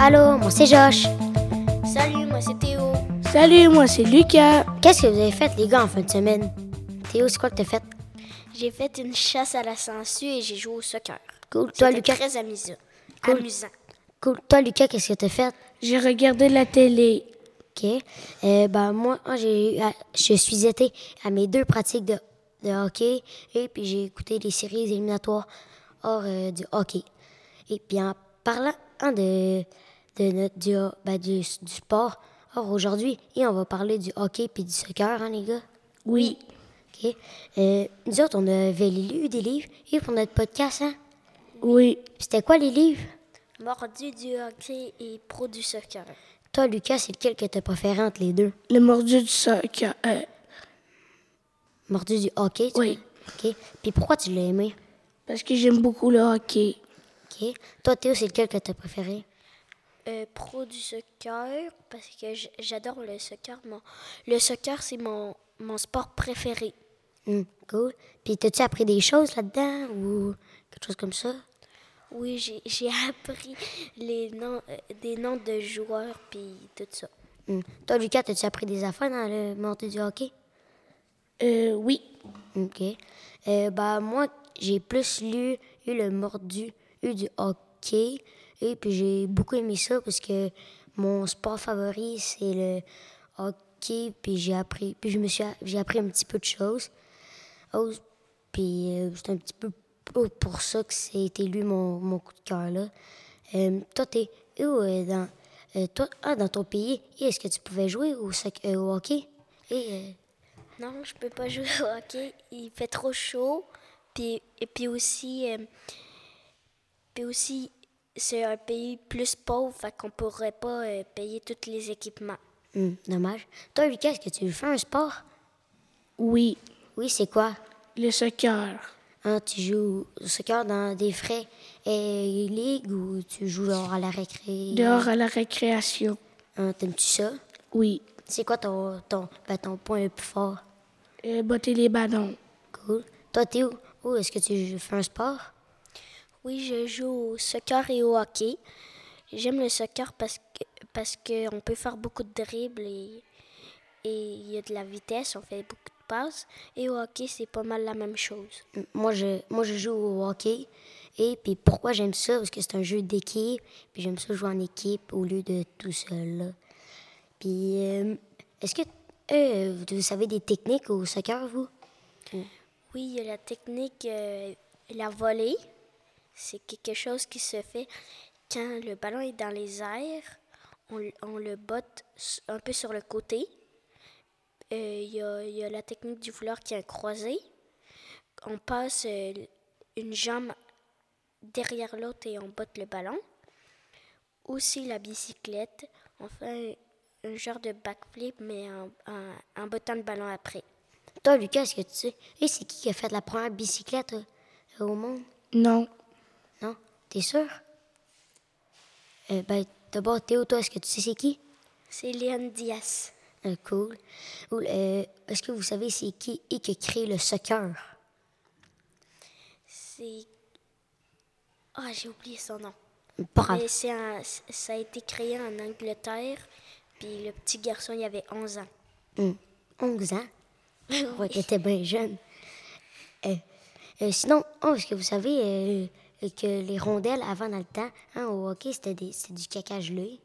Allô, moi c'est Josh. Salut, moi c'est Théo. Salut, moi c'est Lucas. Qu'est-ce que vous avez fait, les gars, en fin de semaine? Théo, c'est quoi que t'as fait? J'ai fait une chasse à la sangsue et j'ai joué au soccer. Cool. Toi, C'était Lucas, très amusant. Cool. amusant. cool. Toi, Lucas, qu'est-ce que t'as fait? J'ai regardé la télé. OK. Euh, ben, moi, moi, j'ai eu à- je suis été à mes deux pratiques de, de hockey et puis j'ai écouté les séries éliminatoires hors euh, du hockey. Et puis en parlant hein, de, de notre- du, ben, du, du sport, or aujourd'hui, et on va parler du hockey puis du soccer, hein, les gars? Oui. OK. Euh, nous autres, on avait lu des livres et pour notre podcast, hein? Oui. C'était quoi les livres? Mordu du hockey et pro du soccer. Toi, Lucas, c'est lequel que t'as préféré entre les deux? Le mordu du soccer. euh, Mordu du hockey? tu Oui. vois? OK. Puis pourquoi tu l'as aimé? parce que j'aime beaucoup le hockey. OK. Toi, Théo, c'est lequel que t'as préféré? Euh, pro du soccer parce que j- j'adore le soccer. Mon- le soccer, c'est mon, mon sport préféré. Hum, cool. Puis, t'as-tu appris des choses là-dedans ou quelque chose comme ça? Oui, j'ai- j'ai appris les noms euh, des noms de joueurs puis tout ça. Hum. Toi, Lucas, t'as-tu appris des affaires dans le mordu du hockey? Euh, oui. OK. Euh, bah, moi, j'ai plus lu, eu le mordu, eu du hockey. Et puis, j'ai beaucoup aimé ça parce que mon sport favori, c'est le hockey. Puis, j'ai appris, puis je me suis, a- j'ai appris un petit peu de choses. Oh, puis, euh, c'est un petit peu p- pour ça que c'était lui mon, mon coup de cœur, là. Euh, toi, t'es où euh, dans, euh, toi, ah, dans ton pays? Et Est-ce que tu pouvais jouer au, soc- euh, au hockey? Et, euh, Non, je peux pas jouer au hockey. Il fait trop chaud. Puis, et puis aussi, euh, puis aussi c'est un pays plus pauvre, fait qu'on pourrait pas euh, payer tous les équipements. Hum, dommage. Toi, Lucas, est-ce que tu fais un sport? Oui. Oui, c'est quoi? Le soccer. Hein, tu joues au soccer dans des frais et ligues ou tu joues genre à la récré? Dehors à la récréation. Hein, T'aimes-tu ça? Oui. C'est quoi ton, ton, ben, ton point le plus fort? Euh, botter les ballons. Cool. Toi, t'es où? Où est-ce que tu joues- fais un sport? Oui, je joue au soccer et au hockey. J'aime le soccer parce que parce qu'on peut faire beaucoup de dribbles et et il y a de la vitesse, on fait beaucoup de passes. Et au hockey, c'est pas mal la même chose. M- Moi je, moi, je joue au hockey. Et puis pourquoi j'aime ça? Parce que c'est un jeu d'équipe. Puis j'aime ça jouer en équipe au lieu de tout seul. là. Puis euh, est-ce que euh, vous savez des techniques au soccer, vous? Oui, il y a la technique, euh, la volée. C'est quelque chose qui se fait quand le ballon est dans les airs. On, l- on le botte s- un peu sur le côté. Euh, Il y a- il y, a la technique du vouloir qui est un croisé. On passe euh, une jambe derrière l'autre et on botte le ballon. Aussi la bicyclette. On fait un, un genre de backflip, mais en, en- en bottant le ballon après. Toi, Lucas, est-ce que tu sais? Et c'est qui qui a fait la première bicyclette euh, au monde? Non. Non? T'es sûr? Euh, ben, d'abord, Théo, toi, est-ce que tu sais c'est qui? C'est Léon Diaz. Euh, cool. Cool. Euh, est-ce que vous savez c'est qui et qui a créé le soccer? C'est. Ah, j'ai oublié son nom. Pas grave. Mais c'est un- ça a été créé en Angleterre. Puis le petit garçon, il avait 11 ans. Hum, 11 ans. Ouais, t'étais bien jeune. Euh, euh, sinon, oh, est-ce que vous savez euh, euh, que les rondelles, avant dans le temps, hein, au hockey, c'était, des, c'était du caca gelé?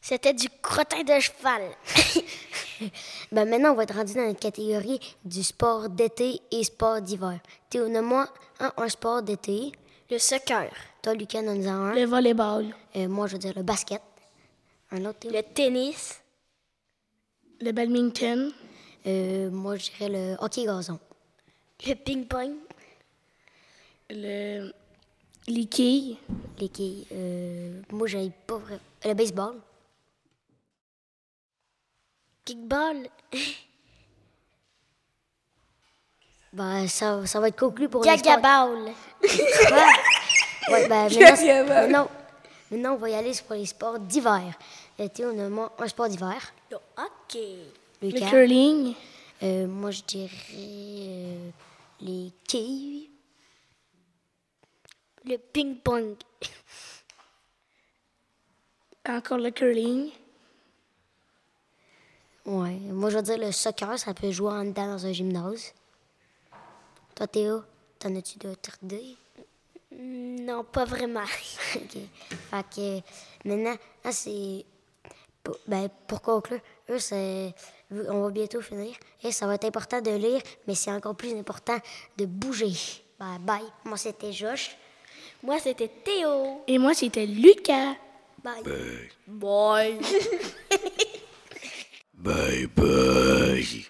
C'était du crottin de cheval. Ben maintenant, on va être rendu dans la catégorie du sport d'été et sport d'hiver. Théo, nomme-moi hein, un sport d'été. Le soccer. Toi, Lucas, donne-en un. Le volleyball. Euh, moi, je veux dire le basket. Un autre, Théo? Le tennis. Le badminton. Euh, moi, je dirais le hockey gazon. Le ping-pong. Le. Les quilles. Les quilles, euh, moi, j'aille pas vrai. Le baseball. Kickball. Ben, ça, ça va être conclu pour les sports- Gagaball. Quoi? Ouais, ben, maintenant, c'est- maintenant- maintenant, on va y aller pour les sports d'hiver. Euh, Théo, nomme-moi un sport d'hiver. Le hockey. Le Lucas. curling. Euh, moi, je dirais euh, les quilles. Le ping-pong. encore le curling, Ouais. Moi, je veux dire, le soccer, ça peut jouer en dedans dans un gymnase. Toi, Théo, t'en as-tu d'autres idées? Non, pas vraiment. OK. Fait que maintenant, là, c'est. pour- Ben, pour conclure, eux, c'est. vu- On va bientôt finir. Et ça va être important de lire, mais c'est encore plus important de bouger. Bye bye. Moi, c'était Josh. Moi, c'était Théo. et moi c'était Lucas. Bye. Bye. Bye bye.